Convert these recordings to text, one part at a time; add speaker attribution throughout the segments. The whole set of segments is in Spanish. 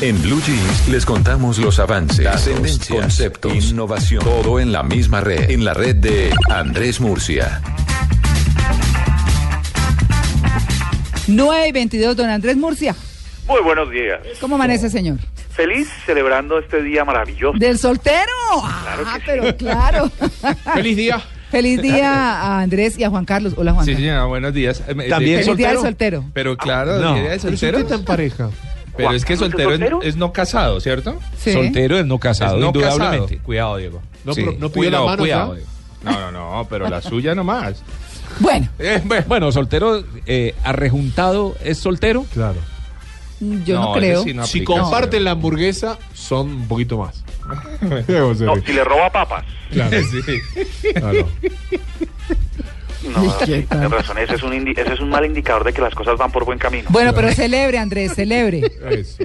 Speaker 1: En Blue Jeans les contamos los avances,
Speaker 2: Datos,
Speaker 1: tendencias,
Speaker 2: conceptos,
Speaker 1: innovación, todo en la misma red, en la red de Andrés Murcia.
Speaker 3: 9 y 22, don Andrés Murcia.
Speaker 4: Muy buenos días.
Speaker 3: ¿Cómo amanece, señor?
Speaker 4: Feliz celebrando este día maravilloso.
Speaker 3: ¿Del soltero? ah,
Speaker 4: que sí.
Speaker 3: pero claro.
Speaker 5: Feliz día.
Speaker 3: Feliz día a Andrés y a Juan Carlos. Hola, Juan
Speaker 5: Sí,
Speaker 3: Carlos.
Speaker 5: señora, buenos días. Eh, me-
Speaker 6: También
Speaker 5: de-
Speaker 3: Feliz día del
Speaker 6: soltero.
Speaker 3: soltero.
Speaker 5: Pero claro, el día de soltero.
Speaker 6: tan pareja.
Speaker 5: Pero es que
Speaker 4: Juan Carlos,
Speaker 5: soltero es,
Speaker 4: ¿soltero?
Speaker 5: es no casado, ¿cierto?
Speaker 3: Sí.
Speaker 7: Soltero es no casado,
Speaker 5: Es no
Speaker 7: indudablemente.
Speaker 5: casado.
Speaker 7: Cuidado, Diego.
Speaker 6: No,
Speaker 5: Sí.
Speaker 6: pero no pidió
Speaker 5: cuidado,
Speaker 6: la mano
Speaker 5: cuidado.
Speaker 6: acá.
Speaker 5: Diego. No, no, no, pero la suya nomás.
Speaker 3: Bueno,
Speaker 5: Eh, bueno,
Speaker 7: Bueno, soltero, eh, arrejuntado es soltero.
Speaker 6: Claro.
Speaker 3: yo no,
Speaker 5: ese
Speaker 3: creo.
Speaker 5: sí no
Speaker 6: Si
Speaker 5: aplica,
Speaker 6: comparten
Speaker 5: señor.
Speaker 6: la hamburguesa, son un poquito más. Diego se
Speaker 4: No,
Speaker 6: ríe.
Speaker 4: si le roba papas.
Speaker 6: Claro.
Speaker 5: Sí.
Speaker 6: claro.
Speaker 4: No, sí, tienes razón. Ese es, un indi- ese es un mal indicador de que las cosas van por buen camino.
Speaker 3: Bueno, pero celebre, Andrés, celebre.
Speaker 6: Eso.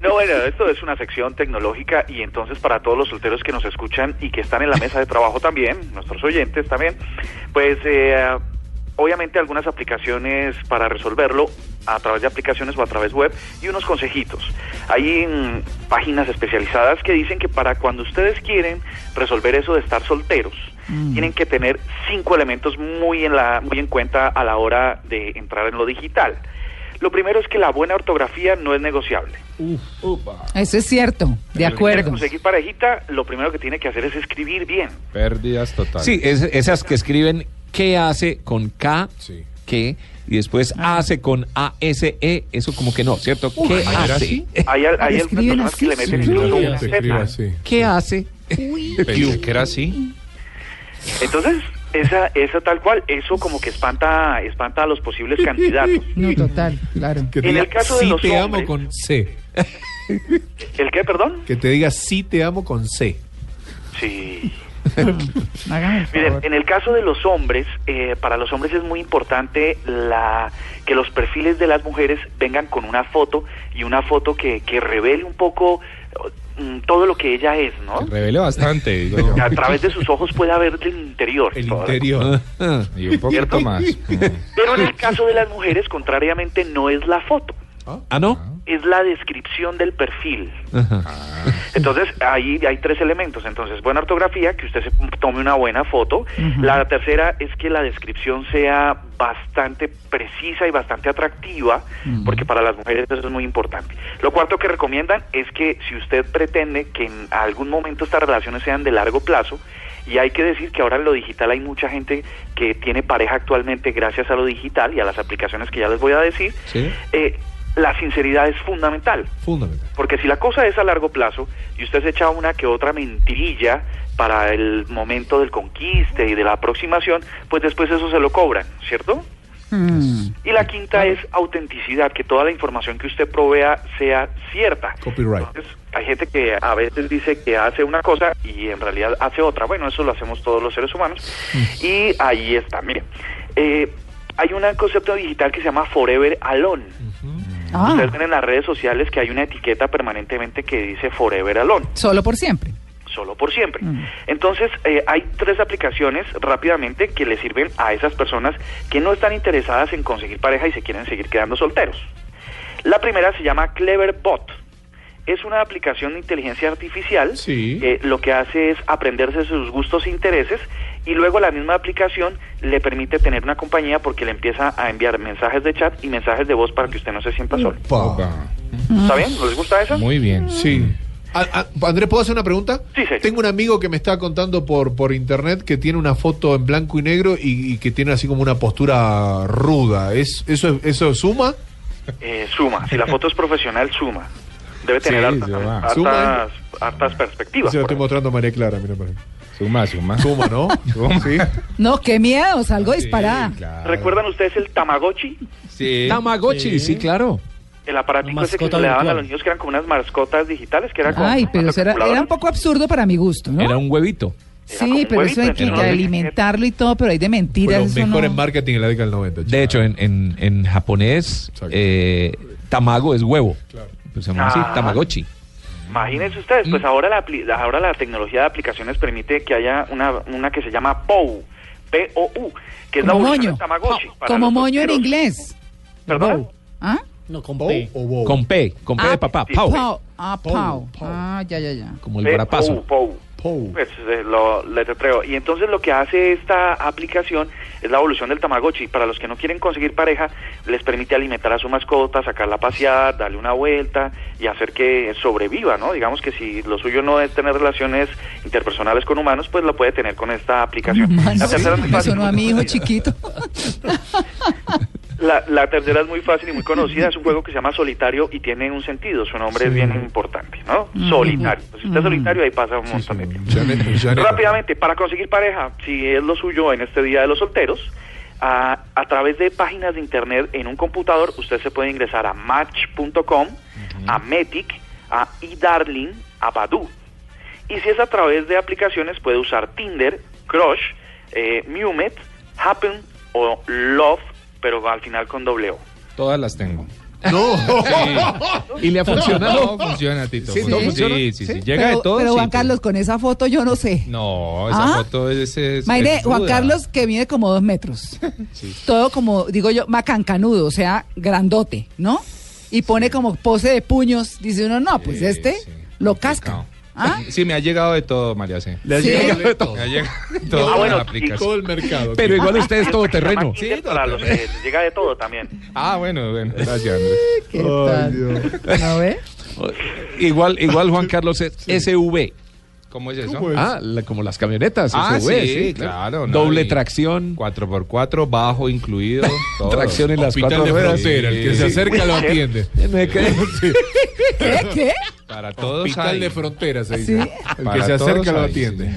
Speaker 4: No, bueno, esto es una sección tecnológica y entonces para todos los solteros que nos escuchan y que están en la mesa de trabajo también, nuestros oyentes también, pues eh, obviamente algunas aplicaciones para resolverlo a través de aplicaciones o a través web y unos consejitos. Hay mm, páginas especializadas que dicen que para cuando ustedes quieren resolver eso de estar solteros, tienen que tener cinco elementos muy en, la, muy en cuenta a la hora de entrar en lo digital. Lo primero es que la buena ortografía no es negociable.
Speaker 3: Eso es cierto, de
Speaker 4: Si quiere
Speaker 3: acuerdo.
Speaker 4: conseguir Pues parejita, lo primero que tiene que hacer es escribir bien.
Speaker 5: Pérdidas totales.
Speaker 7: Sí, es- esas que escriben qué hace con K,
Speaker 6: Sí.
Speaker 7: que, y después hace con A-S-E, eso como que no, ¿cierto? ¿Qué
Speaker 5: ¿era
Speaker 7: hace? Eh,
Speaker 5: así?
Speaker 4: Hay, al-
Speaker 3: Eh,
Speaker 4: hay algunas
Speaker 3: escriben
Speaker 4: personas que le
Speaker 3: así,
Speaker 4: meten
Speaker 3: sí.
Speaker 4: incluso una
Speaker 6: Se escribe
Speaker 4: Z.
Speaker 6: así.
Speaker 7: ¿Qué hace?
Speaker 5: Pensé que era así.
Speaker 4: Entonces, esa, esa tal cual, eso como que espanta, espanta a los posibles candidatos.
Speaker 3: No, total, claro.
Speaker 6: Que te
Speaker 4: En
Speaker 6: diga,
Speaker 4: el caso de
Speaker 6: sí
Speaker 4: los
Speaker 6: te
Speaker 4: hombres-
Speaker 6: amo con C.
Speaker 4: ¿El qué, perdón?
Speaker 6: Que te diga sí te amo con C.
Speaker 4: Sí.
Speaker 3: Hágame el
Speaker 4: Miren,
Speaker 3: favor.
Speaker 4: en el caso de los hombres, eh, para los hombres es muy importante la, que los perfiles de las mujeres vengan con una foto y una foto que, que revele un poco eh, mm, todo lo que ella es, ¿no?
Speaker 5: Revele bastante, digo yo.
Speaker 4: A través de sus ojos pueda ver del interior.
Speaker 6: El
Speaker 4: toda la
Speaker 6: interior.
Speaker 5: Y un poquito más.
Speaker 4: Pero en el caso de las mujeres, contrariamente, no es la foto,
Speaker 7: ¿Ah, no?
Speaker 4: es la descripción del perfil.
Speaker 5: Ah,
Speaker 7: Ajá.
Speaker 4: Entonces, ahí hay tres elementos. Entonces, buena ortografía, que usted se tome una buena foto. La tercera es que la descripción sea bastante precisa y bastante atractiva, porque para las mujeres eso es muy importante. Lo cuarto que recomiendan es que si usted pretende que en algún momento estas relaciones sean de largo plazo, y hay que decir que ahora en lo digital hay mucha gente que tiene pareja actualmente gracias a lo digital y a las aplicaciones que ya les voy a decir,
Speaker 6: Sí.
Speaker 4: eh, la sinceridad es fundamental.
Speaker 6: Fundamental.
Speaker 4: Porque si la cosa es a largo plazo y usted se echa una que otra mentirilla para el momento del conquiste y de la aproximación, pues después eso se lo cobran, ¿cierto?
Speaker 3: Mm.
Speaker 4: Y la quinta es autenticidad, que toda la información que usted provea sea cierta.
Speaker 6: Copyright.
Speaker 4: Entonces, hay gente que a veces dice que hace una cosa y en realidad hace otra. Bueno, eso lo hacemos todos los seres humanos. Y ahí está, miren. eh, hay un concepto digital que se llama Forever Alone. Ustedes
Speaker 3: Ah,
Speaker 4: ven en las redes sociales que hay una etiqueta permanentemente que dice Forever Alone,
Speaker 3: solo por siempre.
Speaker 4: solo por siempre.
Speaker 3: Mm.
Speaker 4: Entonces, eh, hay tres aplicaciones rápidamente que le sirven a esas personas que no están interesadas en conseguir pareja y se quieren seguir quedando solteros. La primera se llama Cleverbot. Es una aplicación de inteligencia artificial
Speaker 6: Sí.
Speaker 4: que lo que hace es aprenderse sus gustos e intereses y luego la misma aplicación le permite tener una compañía porque le empieza a enviar mensajes de chat y mensajes de voz para que usted no se
Speaker 3: Mm.
Speaker 4: sienta solo.
Speaker 5: Opa.
Speaker 4: ¿Está bien? ¿Les gusta eso?
Speaker 5: Muy bien.
Speaker 6: Sí. A- a- Andrés, ¿puedo hacer una pregunta?
Speaker 4: Sí, señor.
Speaker 6: Tengo un amigo que me está contando por, por internet que tiene una foto en blanco y negro y, y que tiene así como una postura ruda. ¿Es, eso, ¿Eso suma?
Speaker 4: Eh, suma. Si la foto es profesional, suma. Debe tener
Speaker 5: Sí,
Speaker 4: hartas,
Speaker 5: suma.
Speaker 4: hartas-
Speaker 6: Suma.
Speaker 4: hartas perspectivas.
Speaker 6: Se lo
Speaker 4: por
Speaker 6: estoy mostrando a María Clara, mira, María.
Speaker 5: Suma, suma.
Speaker 6: Suma, ¿no?
Speaker 5: Suma.
Speaker 6: Sí.
Speaker 3: No, qué miedo, salgo
Speaker 5: Sí,
Speaker 3: disparada.
Speaker 5: claro.
Speaker 4: ejemplo. ¿Recuerdan ustedes el Tamagotchi?
Speaker 5: Sí.
Speaker 7: Tamagotchi, sí, claro.
Speaker 4: El aparatico
Speaker 8: La
Speaker 4: ese que
Speaker 8: mascota
Speaker 4: se le daban a
Speaker 8: virtual.
Speaker 4: los niños que eran como unas mascotas digitales que era como
Speaker 3: Ay, pero
Speaker 4: una
Speaker 3: eso era, era un
Speaker 4: calculadora.
Speaker 3: poco absurdo para mi gusto, ¿no?
Speaker 7: Era un huevito.
Speaker 4: Era como
Speaker 3: Sí,
Speaker 4: un
Speaker 3: pero eso de
Speaker 4: huevito,
Speaker 3: que
Speaker 4: entonces,
Speaker 3: de alimentarlo y todo, pero hay de mentiras.
Speaker 5: Pues
Speaker 6: Pero
Speaker 3: eso
Speaker 6: mejor
Speaker 3: no.
Speaker 6: en marketing en la década del 90. chico.
Speaker 7: De hecho, en, en, en japonés,
Speaker 6: Exacto.
Speaker 7: eh, tamago es huevo. Pues se llama así,
Speaker 4: Ah.
Speaker 7: Tamagotchi.
Speaker 4: Imagínense ustedes, pues ahora la, apli- ahora la tecnología de aplicaciones permite que haya una, una que se llama POU, P-O-U, que es la
Speaker 3: Como
Speaker 4: evolución
Speaker 3: moño.
Speaker 4: del Tamagotchi. para
Speaker 3: Como
Speaker 4: los
Speaker 3: moño en
Speaker 4: solteros.
Speaker 3: inglés.
Speaker 4: ¿Perdón?
Speaker 3: ¿Ah?
Speaker 2: No, con
Speaker 6: ¿Pou
Speaker 2: P.
Speaker 6: o Bow?
Speaker 5: Oh.
Speaker 7: Con P, con P de papá, Pau.
Speaker 3: Pau. Ah,
Speaker 6: Pau,
Speaker 3: Pau.
Speaker 6: Pau.
Speaker 3: Ah, ya, ya, ya.
Speaker 7: Como el
Speaker 4: Eh,
Speaker 7: guarapazo.
Speaker 4: pou, pou.
Speaker 6: Pou.
Speaker 4: Pues, eh, lo letreo. Y entonces lo que hace esta aplicación es la evolución del Tamagotchi. Para los que no quieren conseguir pareja, les permite alimentar a su mascota, sacarla a pasear, darle una vuelta y hacer que sobreviva, ¿no? Digamos que si lo suyo no es tener relaciones interpersonales con humanos, pues lo puede tener con esta aplicación. La
Speaker 3: Mano,
Speaker 4: tercera
Speaker 3: Ah, me
Speaker 4: fácil.
Speaker 3: sonó a mi hijo chiquito.
Speaker 4: La, la tercera es muy fácil y muy conocida, es un juego que se llama Solitario y tiene un sentido, su nombre es bien importante, ¿no? Solitario. Pues si usted es solitario, ahí pasa un montón de tiempo.
Speaker 6: Llanero, llanero.
Speaker 4: Rápidamente, para conseguir pareja, si es lo suyo en este Día de los Solteros, a, a través de páginas de internet en un computador, usted se puede ingresar a match.com, a Metic, a eDarling, a Badoo. Y si es a través de aplicaciones, puede usar Tinder, Crush, eh, Mumet, Happen o Love, pero al final con doble O.
Speaker 5: Todas las tengo.
Speaker 6: No.
Speaker 5: ¿Y le ha
Speaker 6: funcionado?
Speaker 5: No, funciona, Tito.
Speaker 6: Sí,
Speaker 5: funciona.
Speaker 6: ¿no funciona?
Speaker 5: sí, sí, sí.
Speaker 6: Sí.
Speaker 5: Llega
Speaker 3: pero,
Speaker 5: de todo.
Speaker 3: Pero
Speaker 5: sí,
Speaker 3: Juan Carlos, con esa foto yo no sé.
Speaker 5: No, esa
Speaker 3: Ah.
Speaker 5: foto es. es-
Speaker 3: Imagine,
Speaker 5: es
Speaker 3: Juan
Speaker 5: ruda.
Speaker 3: Carlos que mide como dos metros. Todo como, digo yo, macancanudo, o sea, grandote, ¿no? Y pone como pose de puños. Dice uno, no, pues
Speaker 5: Sí,
Speaker 3: este
Speaker 5: sí,
Speaker 3: lo
Speaker 5: complicado.
Speaker 3: casca. ¿Ah?
Speaker 5: Sí, me ha llegado de todo, María. Sí.
Speaker 6: Le ha
Speaker 3: Sí.
Speaker 6: llegado de todo.
Speaker 5: Me ha llegado de todo.
Speaker 4: Ah, bueno,
Speaker 5: la aplicación.
Speaker 6: Todo el mercado.
Speaker 7: Pero igual usted es todo terreno.
Speaker 4: Se llama Tinder para los que les llega de todo también.
Speaker 5: Ah, bueno, bueno. Gracias, Andrés.
Speaker 3: ¿Qué
Speaker 6: Ay,
Speaker 3: tal? A ver.
Speaker 7: Igual, igual Juan Carlos es SV.
Speaker 5: ¿Cómo es eso?
Speaker 6: ¿Cómo es?
Speaker 7: Ah, la- como las camionetas.
Speaker 5: Ah,
Speaker 7: SV,
Speaker 5: sí, claro, no,
Speaker 7: Doble
Speaker 5: y-
Speaker 7: tracción,
Speaker 5: 4x4, bajo incluido. todo.
Speaker 7: tracción en las
Speaker 6: Hospital
Speaker 7: cuatro
Speaker 6: de
Speaker 7: ruedas.
Speaker 6: frontera, el que se acerca lo atiende.
Speaker 7: No hay que-
Speaker 3: ¿Qué? ¿Qué?
Speaker 5: Para todos.
Speaker 6: Hospital
Speaker 5: hay.
Speaker 6: de frontera se dice.
Speaker 3: Sí.
Speaker 6: El que
Speaker 5: Para
Speaker 6: se
Speaker 5: todos
Speaker 6: acerca lo
Speaker 5: hay,
Speaker 6: atiende.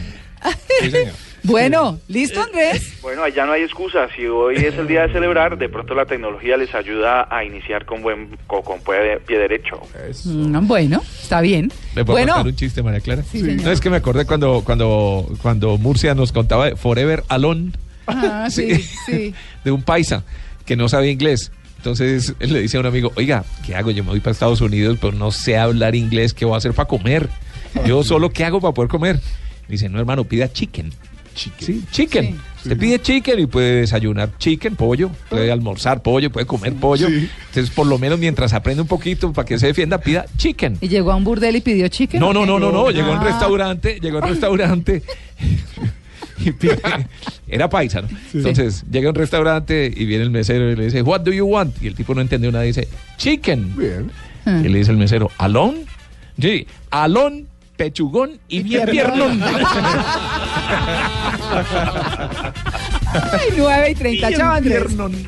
Speaker 5: Sí, señor.
Speaker 3: Bueno, ¿listo Andrés?
Speaker 4: Bueno, allá no hay excusas. Si hoy es el día de celebrar, de pronto la tecnología les ayuda a iniciar con buen co- con pie, pie derecho.
Speaker 3: Mm, bueno, está bien.
Speaker 7: ¿Me puedo
Speaker 3: Bueno,
Speaker 7: contar un chiste, María Clara?
Speaker 3: Sí, señor.
Speaker 7: No, es que me acordé cuando, cuando, cuando Murcia nos contaba de Forever Alone.
Speaker 3: Ah, sí, sí.
Speaker 7: De un paisa que no sabe inglés. Entonces él le dice a un amigo, oiga, ¿qué hago? Yo me voy para Estados Unidos, pero no sé hablar inglés. ¿Qué voy a hacer para comer? Yo solo, ¿qué hago para poder comer? Dice, no, hermano, pida chicken. Chicken. Sí, chicken.
Speaker 3: Sí.
Speaker 7: Usted pide chicken y puede desayunar chicken, pollo,
Speaker 3: Ah.
Speaker 7: puede almorzar pollo, puede comer pollo. Entonces, por lo menos mientras aprende un poquito para que se defienda, pida chicken.
Speaker 3: ¿Y llegó a un burdel y pidió chicken?
Speaker 7: No, no, no, no, no. Llegó a un
Speaker 3: Ah.
Speaker 7: restaurante, llegó a un restaurante. y pide- Era paisa, ¿no? Entonces, llega a un restaurante y viene el mesero y le dice, What do you want? Y el tipo no entendió nada, dice, Chicken.
Speaker 6: Bien.
Speaker 3: Ah.
Speaker 7: Y le dice el mesero, ¿Alón? Sí, alón, pechugón y bien piernón.
Speaker 3: Ay, 9 y 30, chao Andrés.